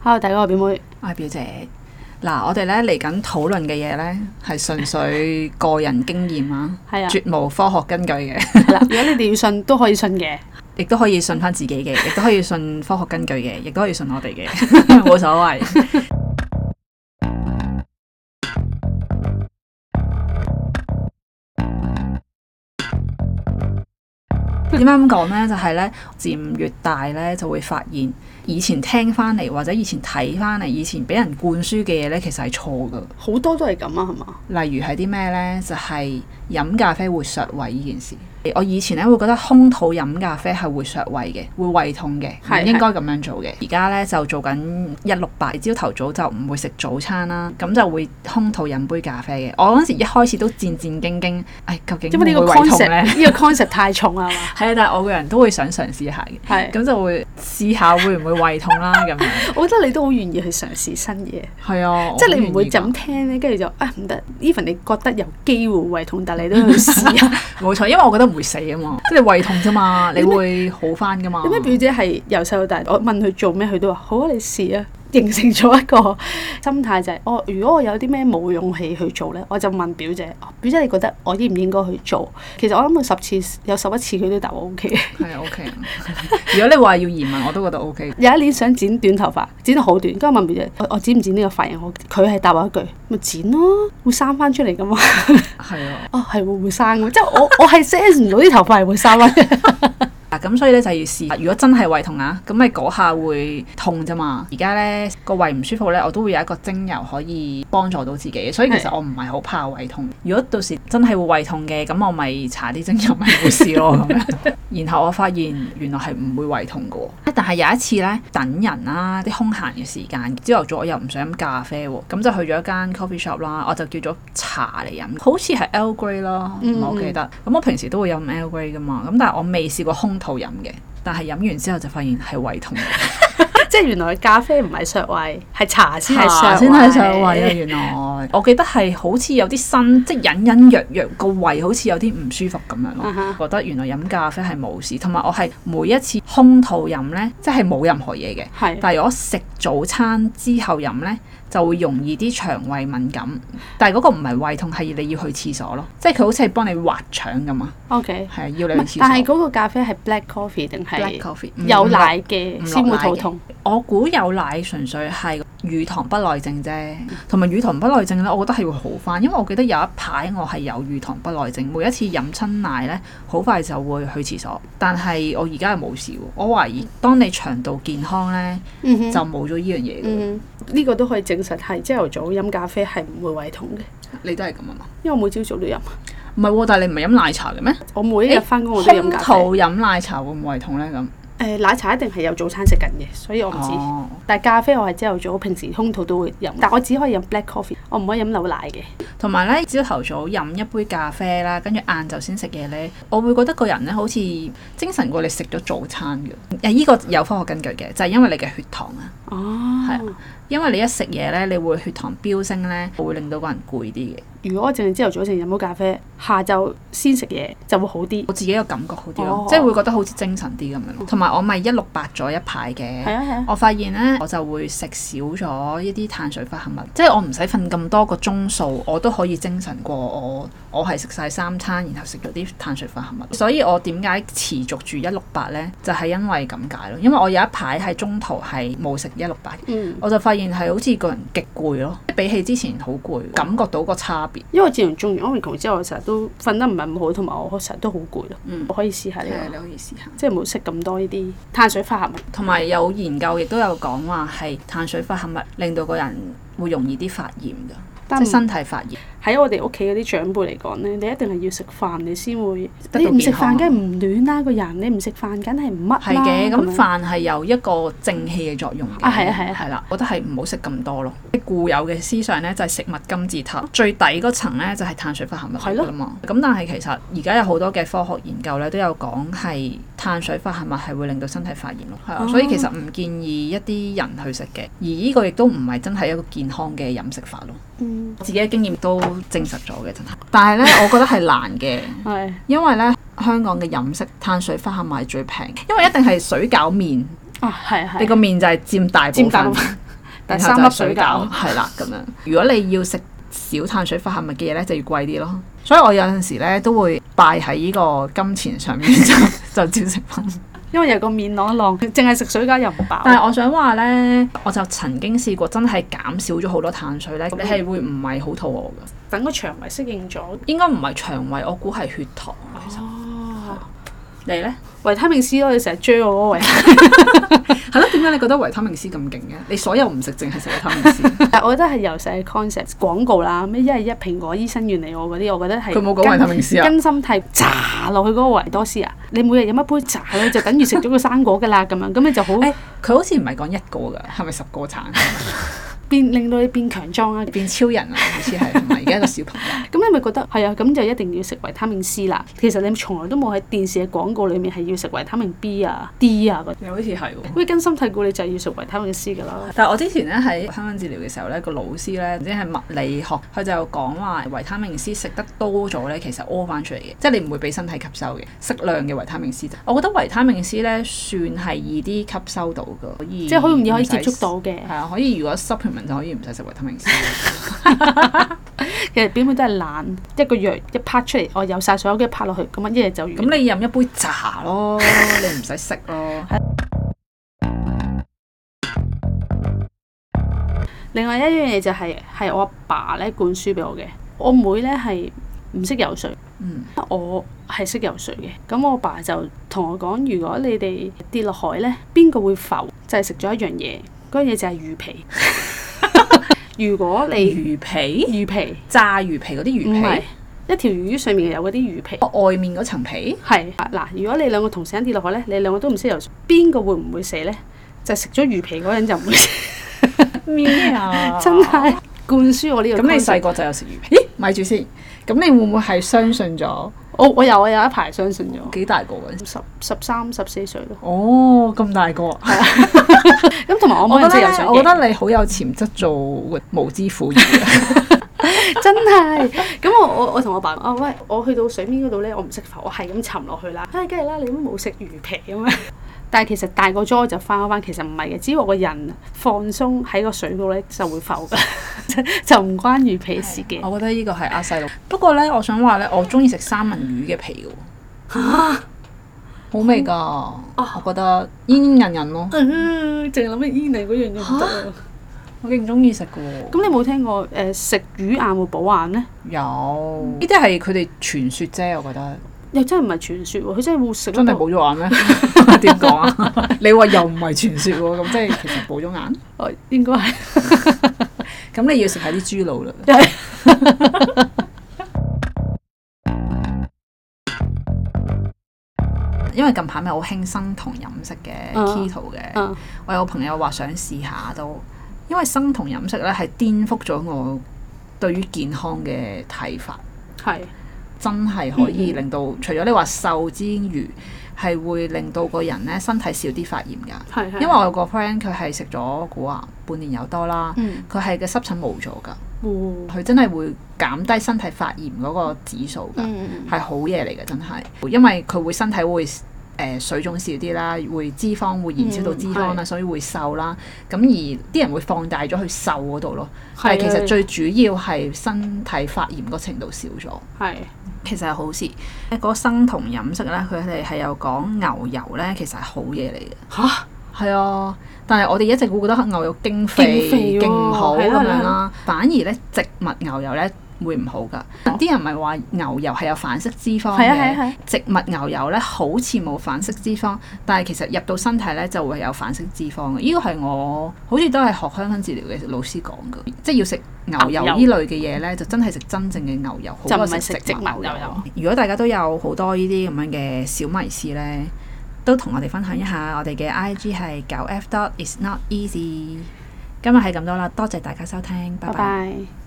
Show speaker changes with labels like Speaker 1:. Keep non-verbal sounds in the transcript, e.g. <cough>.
Speaker 1: Hello，大家好，我表妹。
Speaker 2: 我係表姐。嗱，我哋咧嚟緊討論嘅嘢咧，係純粹個人經驗啊，
Speaker 1: 係啊，
Speaker 2: 絕無科學根據嘅， <laughs>
Speaker 1: 係啦。如果你哋要信，都可以信嘅。
Speaker 2: 亦都可以信翻自己嘅，亦都可以信科學根據嘅，亦都可以信我哋嘅， <laughs> 冇所謂。點解咁講呢？就係咧，漸越大咧，就會發現以前聽翻嚟或者以前睇翻嚟，以前俾人灌輸嘅嘢咧，其實係錯噶。
Speaker 1: 好多都係咁啊，係
Speaker 2: <laughs>
Speaker 1: 嘛？
Speaker 2: 例如係啲咩呢？就係、飲咖啡會削胃呢件事。我以前咧會覺得空肚飲咖啡係會削胃嘅，會胃痛嘅，唔
Speaker 1: 係
Speaker 2: 應該咁樣做嘅。而家呢，就做緊一六八，朝頭早就唔會食早餐啦，咁就會空肚飲杯咖啡嘅。我嗰陣時一開始都戰戰兢兢，唉，究竟
Speaker 1: 因
Speaker 2: 會
Speaker 1: 為呢
Speaker 2: 唔
Speaker 1: 個
Speaker 2: 會胃痛
Speaker 1: concept
Speaker 2: <laughs> 呢？
Speaker 1: 呢個 concept 太重啦，係嘛？
Speaker 2: <laughs> 係啊，但係我個人都會想嘗試下嘅，
Speaker 1: 係，
Speaker 2: 咁就會試下會唔會胃痛啦咁樣。
Speaker 1: 我覺得你都好願意去嘗試新嘢，
Speaker 2: 係啊，
Speaker 1: <laughs> 即係你
Speaker 2: 我
Speaker 1: 唔會
Speaker 2: 願意
Speaker 1: 就咁聽咧，跟住就啊唔得。even 你覺得有機會胃痛，但你都要
Speaker 2: <laughs>
Speaker 1: 去試啊下。
Speaker 2: 冇錯，因為我覺得唔會死啊嘛，即係你胃痛啫嘛，你會好翻噶嘛。
Speaker 1: 有咩表姐係由細到大，我問佢做咩，佢都話好啊，你試啊。形成咗一個心態就係、我如果我有啲咩冇勇氣去做呢，我就問表姐，哦表姐你覺得我應唔應該去做？其實我諗佢十次有十一次佢都答我 O K。
Speaker 2: 係 OK 啊。如果你話要移民，我都覺得 OK。
Speaker 1: 有一年想剪短頭髮，剪到好短，跟住問表姐我我剪唔剪呢個髮型好？佢係答我一句咪剪咯，會生翻出嚟噶嘛？ <laughs>
Speaker 2: 係啊。
Speaker 1: 哦係會會生嘅，即係我我係 sense 唔到啲頭髮係會生
Speaker 2: <laughs>
Speaker 1: 翻。
Speaker 2: 嗱，啊咁所以咧就要試。如果真係胃痛啊，咁咪嗰下會痛啫嘛。而家咧個胃唔舒服咧，我都會有一個精油可以幫助到自己。所以其實
Speaker 1: 係
Speaker 2: 我唔係好怕胃痛。如果到時真係會胃痛嘅，咁我咪搽啲精油咪會試咯咁樣。然後我發現原來係唔會胃痛嘅喎。但係有一次咧，等人啦、啲空閒嘅時間，朝頭早我又唔想飲咖啡喎，咁就去咗一間 coffee shop 啦，我就叫咗茶嚟飲，好似係 L Grey 啦，唔
Speaker 1: 嗯
Speaker 2: 係好記得。咁我平時都會飲 L Grey 噶嘛，咁但係我未試過空肚飲嘅，但係飲完之後就發現係胃痛，
Speaker 1: 即係原來咖啡唔係削胃，係茶先係
Speaker 2: 茶
Speaker 1: 削
Speaker 2: 先係上胃啊！原來 <laughs> 我記得係好似有啲新，即係隱隱約約個胃好似有啲唔舒服咁樣咯。
Speaker 1: 啊哈
Speaker 2: 覺得原來飲咖啡係冇事，同埋我係每一次空肚飲呢，即係冇任何嘢嘅。
Speaker 1: 係。
Speaker 2: 但係如果食早餐之後飲呢，就會容易啲腸胃敏感。但係嗰個唔係胃痛，係你要去廁所咯，即係佢好似係幫你滑腸咁嘛，
Speaker 1: O K，
Speaker 2: 係啊要你
Speaker 1: 但
Speaker 2: 去廁所。
Speaker 1: 係嗰個咖啡係 black coffee 定
Speaker 2: Black
Speaker 1: 係
Speaker 2: coffee
Speaker 1: 有
Speaker 2: 唔
Speaker 1: 奶嘅
Speaker 2: 嗯唔
Speaker 1: 先會
Speaker 2: 落奶
Speaker 1: 肚
Speaker 2: 嘅
Speaker 1: 痛？
Speaker 2: 我估有奶純粹係乳糖不耐症啫，同埋乳糖不耐症咧，我覺得係會好翻，因為我記得有一排我係有乳糖不耐症，每一次飲親奶咧，好快就會去廁所。但係我而家係冇事喎，我懷疑當你腸道健康咧，
Speaker 1: 嗯哼
Speaker 2: 就冇咗呢樣嘢㗎，
Speaker 1: 嗯哼，呢個都可以證實係朝頭早飲咖啡係唔會胃痛嘅，
Speaker 2: 你都係咁啊嘛？
Speaker 1: 因為我每朝早都飲，
Speaker 2: 唔係喎，但係你唔係飲奶茶嘅咩？
Speaker 1: 我每一日翻工我都飲
Speaker 2: 空
Speaker 1: 咖啡。
Speaker 2: 肚飲奶茶會唔會胃痛咧咁？
Speaker 1: 誒呃奶茶一定係有早餐食緊嘅，所以我唔知。
Speaker 2: 哦
Speaker 1: 但係咖啡我係朝頭早，平時空肚都會飲，但我只可以飲 black coffee，我唔可以飲牛奶嘅。
Speaker 2: 同埋咧，朝頭早飲一杯咖啡啦，跟住晏晝先食嘢咧，我會覺得個人咧好似精神過你食咗早餐嘅。誒，依個有科學根據嘅，就係、因為你嘅血糖啊，
Speaker 1: 哦，
Speaker 2: 因為你一食嘢咧，你會血糖飆升咧，會令到個人攰啲嘅。
Speaker 1: 如果我淨係朝頭早淨係飲到咖啡，下晝先食嘢就會好啲。
Speaker 2: 我自己個感覺好啲咯，
Speaker 1: 哦
Speaker 2: 即係會覺得好似精神啲咁樣咯。同埋我咪一六八咗一排嘅。
Speaker 1: 係啊係啊，
Speaker 2: 我發現咧，我就會食少咗一啲碳水化合物，即係我唔使瞓咁多個鐘數，我都可以精神過我。我係食晒三餐，然後食咗啲碳水化合物，所以我點解持續住一六八呢？就係、因為咁解咯。因為我有一排係中途係冇食一六八，
Speaker 1: 嗯，
Speaker 2: 我就發現係好似個人極攰咯，比起之前好攰，感覺到個差別。
Speaker 1: 因為自從中完 omicron 之後，我成日都瞓得唔係咁好，同埋我成日都好攰咯。
Speaker 2: 嗯
Speaker 1: 我可以試下呢個，
Speaker 2: 你可以試下。
Speaker 1: 即係唔啊好食咁多呢啲碳水化合物。
Speaker 2: 同埋有研究亦都有講話係碳水化合物令到個人會容易啲發炎㗎，
Speaker 1: 但
Speaker 2: 即係身體發炎。
Speaker 1: 喺我哋屋企嗰啲長輩嚟講咧，你一定係要食飯你先會，
Speaker 2: 得
Speaker 1: 你
Speaker 2: 到
Speaker 1: 唔食
Speaker 2: 健康啊
Speaker 1: 飯梗係唔暖啦，個人你唔食飯梗係唔乜啦。
Speaker 2: 係嘅，咁
Speaker 1: 樣
Speaker 2: 飯係有一個正氣嘅作用嘅。
Speaker 1: 啊係啊係啊
Speaker 2: 係啦，我覺得係唔好食咁多咯。固有嘅思想咧就係食物金字塔，最底嗰層咧就係碳水化合物
Speaker 1: 啊係
Speaker 2: 嚟
Speaker 1: 咯
Speaker 2: 㗎啦嘛。咁但係其實而家有好多嘅科學研究咧都有講係碳水化合物係會令到身體發炎咯。係啊，
Speaker 1: 哦
Speaker 2: 所以其實唔建議一啲人去食嘅，而呢個亦都唔係真係一個健康嘅飲食法咯。
Speaker 1: 嗯
Speaker 2: 自己嘅經驗都證實咗嘅，真係。但係咧，我覺得係難嘅。
Speaker 1: 係
Speaker 2: 因為咧香港嘅飲食碳水化合物係最平，因為一定係水餃麵，
Speaker 1: 啊係係
Speaker 2: 你個麵就係佔大部
Speaker 1: 佔大部
Speaker 2: 分。
Speaker 1: <laughs> 但係
Speaker 2: 然
Speaker 1: 三粒
Speaker 2: 後就係
Speaker 1: 水餃
Speaker 2: 餃係啦咁樣。如果你要食少碳水化合物嘅嘢咧，就要貴啲咯。所以我有陣時咧都會敗喺呢個金錢上 <laughs> 面就就照食翻。
Speaker 1: 因為有個面朗朗，淨係食水餃又唔飽。
Speaker 2: 但係我想話咧，我就曾經試過真係減少咗好多碳水咧，你係會唔係好肚餓㗎？
Speaker 1: 等個腸胃適應咗，
Speaker 2: 應該唔係腸胃，我估係血糖。其實你咧
Speaker 1: 維他命 C 咯，你成日追我嗰位。 <laughs>
Speaker 2: 係咯？點解你覺得維他命 C 咁勁嘅？你所有唔食，淨係食維他命 C。
Speaker 1: 但我覺得係由細嘅 concept 廣告啦，咩一係一蘋果醫生原嚟我嗰啲，我覺得係
Speaker 2: 佢冇講維他命 C 啊
Speaker 1: 根心替炸落去嗰個維多斯啊！你每日飲一杯茶咧，就等於食咗個生果㗎啦，咁樣咁你就好
Speaker 2: 誒哎佢好似唔係講一個㗎，係咪十個橙？ <laughs>
Speaker 1: 變令到你變強壯啊！
Speaker 2: 變超人啊，好似係同埋而家個小朋友。
Speaker 1: 咁你咪覺得係啊，咁就一定要食維他命 C 啦。其實你從來都冇喺電視嘅廣告裡面係要食維他命 B 啊、D 啊嗰啲，
Speaker 2: <laughs> 又好似係喎。
Speaker 1: 因為根深蒂固你就係要食維他命 C 㗎啦。
Speaker 2: 但係我之前咧喺香港治療嘅時候咧，個老師咧，唔知係物理學，佢就講話維他命 C 食得多咗咧，其實屙翻出嚟嘅，即係你唔會俾身體吸收嘅，適量嘅維他命 C 就。我覺得維他命 C 咧算係易啲吸收到㗎，可以
Speaker 1: 即係好容易可以
Speaker 2: 唔使
Speaker 1: 接觸到嘅，
Speaker 2: 係啊，可以如果 supplement 就可以唔使食維他命 C。
Speaker 1: 其實表面都係懶，一個藥一拍出嚟，我有晒所有嘅拍落去，咁啊樣一日就完。
Speaker 2: 咁你飲一杯茶咯，你唔使食咯。
Speaker 1: 另外一樣嘢就係、係我阿爸咧灌輸俾我嘅，我妹咧係唔識游水，
Speaker 2: 嗯，
Speaker 1: 我係識游水嘅。咁我阿爸就同我講，如果你哋跌落海咧，邊個會浮？就係食咗一樣嘢，嗰樣嘢就係魚
Speaker 2: <laughs>
Speaker 1: 皮。如果你
Speaker 2: 魚皮
Speaker 1: 魚皮
Speaker 2: 炸魚皮嗰啲
Speaker 1: 唔
Speaker 2: 魚
Speaker 1: 係
Speaker 2: 皮，
Speaker 1: 一條魚上面有嗰啲魚皮，
Speaker 2: 我外面嗰層皮。
Speaker 1: 係嗱。如果你兩個同時間跌落海咧，你兩個都唔識游水，邊個會唔會死咧？就係食咗魚皮嗰個人就唔會死，
Speaker 2: 咩 <laughs> 啊
Speaker 1: 真係灌輸我呢個 concept。
Speaker 2: 咁你細個就有食魚皮？咦，咪住先。咁你會唔會係相信咗
Speaker 1: 我我有我有一排相信咗。
Speaker 2: 幾大個嗰陣時？
Speaker 1: 十十三十四歲咯，
Speaker 2: 哦，咁大個。
Speaker 1: 咁同埋我
Speaker 2: 我
Speaker 1: 冇
Speaker 2: 覺
Speaker 1: 人
Speaker 2: 得
Speaker 1: 識游
Speaker 2: 咧，我
Speaker 1: 水嘅，
Speaker 2: 覺得你好有潛質做無知婦 <laughs> 孺。
Speaker 1: 真係。咁我我我同我爸啊，喂，我去到水面嗰度咧，我唔識浮，我係咁沉落去啦。唉、梗係啦，你都冇食魚皮咁樣。但係其實大個咗我就翻翻，其實唔係嘅，只要我個人放鬆喺個水度咧就會浮㗎， <laughs> 就唔關魚皮事嘅。哦
Speaker 2: 我覺得呢個係呃細路。不過咧，我想話咧，我中意食三文魚嘅皮嘅喎。好味㗎，我覺得煙煙韌韌咯，
Speaker 1: 嗯，淨係諗起煙嚟嗰樣嘢唔得啊。
Speaker 2: 我勁中意食嘅喎。
Speaker 1: 咁你冇聽過誒、呃食魚眼會補眼咧？
Speaker 2: 有呢啲係佢哋傳說啫，我覺得
Speaker 1: 又真係唔係傳說喎，佢真係會食得
Speaker 2: 真係
Speaker 1: 到
Speaker 2: 冇咗眼咩？ <laughs> 點講啊？你話又唔係傳說喎，咁即係其實冇咗眼。
Speaker 1: 哦，應該係。
Speaker 2: 咁你要食下啲豬腦啦。 <laughs> 因為近排咪好興生酮飲食嘅
Speaker 1: 嗯
Speaker 2: keto 嘅，
Speaker 1: 嗯
Speaker 2: 我有朋友話想試下都，因為生酮飲食咧係顛覆咗我對於健康嘅睇法，
Speaker 1: 係。
Speaker 2: 真係可以令到除咗你話瘦之餘，係會令到個人咧身體少啲發炎㗎。
Speaker 1: 係係，
Speaker 2: 因為我有個 friend 佢係食咗古癌半年有多啦，
Speaker 1: 嗯，
Speaker 2: 佢係嘅濕疹冇咗㗎，
Speaker 1: 嗯
Speaker 2: 佢真係會減低身體發炎嗰個指數㗎。
Speaker 1: 嗯
Speaker 2: 係好嘢嚟嘅，真係，因為佢會身體會誒、呃水腫少啲啦，會脂肪會燃
Speaker 1: 嗯
Speaker 2: 燒到脂肪啦，所以會瘦啦。咁而啲人會放大咗去瘦嗰度咯，
Speaker 1: 啊
Speaker 2: 但係其實最主要係身體發炎個程度少咗，
Speaker 1: 係
Speaker 2: 其實係好事。嗰、個生酮飲食咧，佢哋係有講牛油咧，其實係好嘢嚟嘅。
Speaker 1: 嚇
Speaker 2: 係啊，但係我哋一直會覺得牛油勁肥
Speaker 1: 勁肥喎
Speaker 2: 勁好咁
Speaker 1: 係啦啊
Speaker 2: 樣
Speaker 1: 係
Speaker 2: 啦，反而咧植物牛油咧會唔好噶。啲人咪話牛油係有反式脂肪
Speaker 1: 哦係啊係啊係
Speaker 2: 嘅
Speaker 1: 啊，
Speaker 2: 植物牛油咧好似冇反式脂肪，但係其實入到身體咧就會有反式脂肪嘅。呢個係我好似都係學香港治療嘅老師講嘅，即係要食牛油
Speaker 1: 牛
Speaker 2: 呢類嘅嘢咧，就真係食真正嘅牛油，好
Speaker 1: 就唔
Speaker 2: 過
Speaker 1: 係
Speaker 2: 食
Speaker 1: 食
Speaker 2: 植
Speaker 1: 植
Speaker 2: 物
Speaker 1: 物
Speaker 2: 牛
Speaker 1: 牛
Speaker 2: 油
Speaker 1: 油。
Speaker 2: 如果大家都有好多呢啲咁樣嘅小迷思咧。都同我哋分享一下，我哋嘅 I G 係九 F dot is not easy。今日係咁多啦，多謝大家收聽，拜
Speaker 1: 拜
Speaker 2: 拜。
Speaker 1: 拜。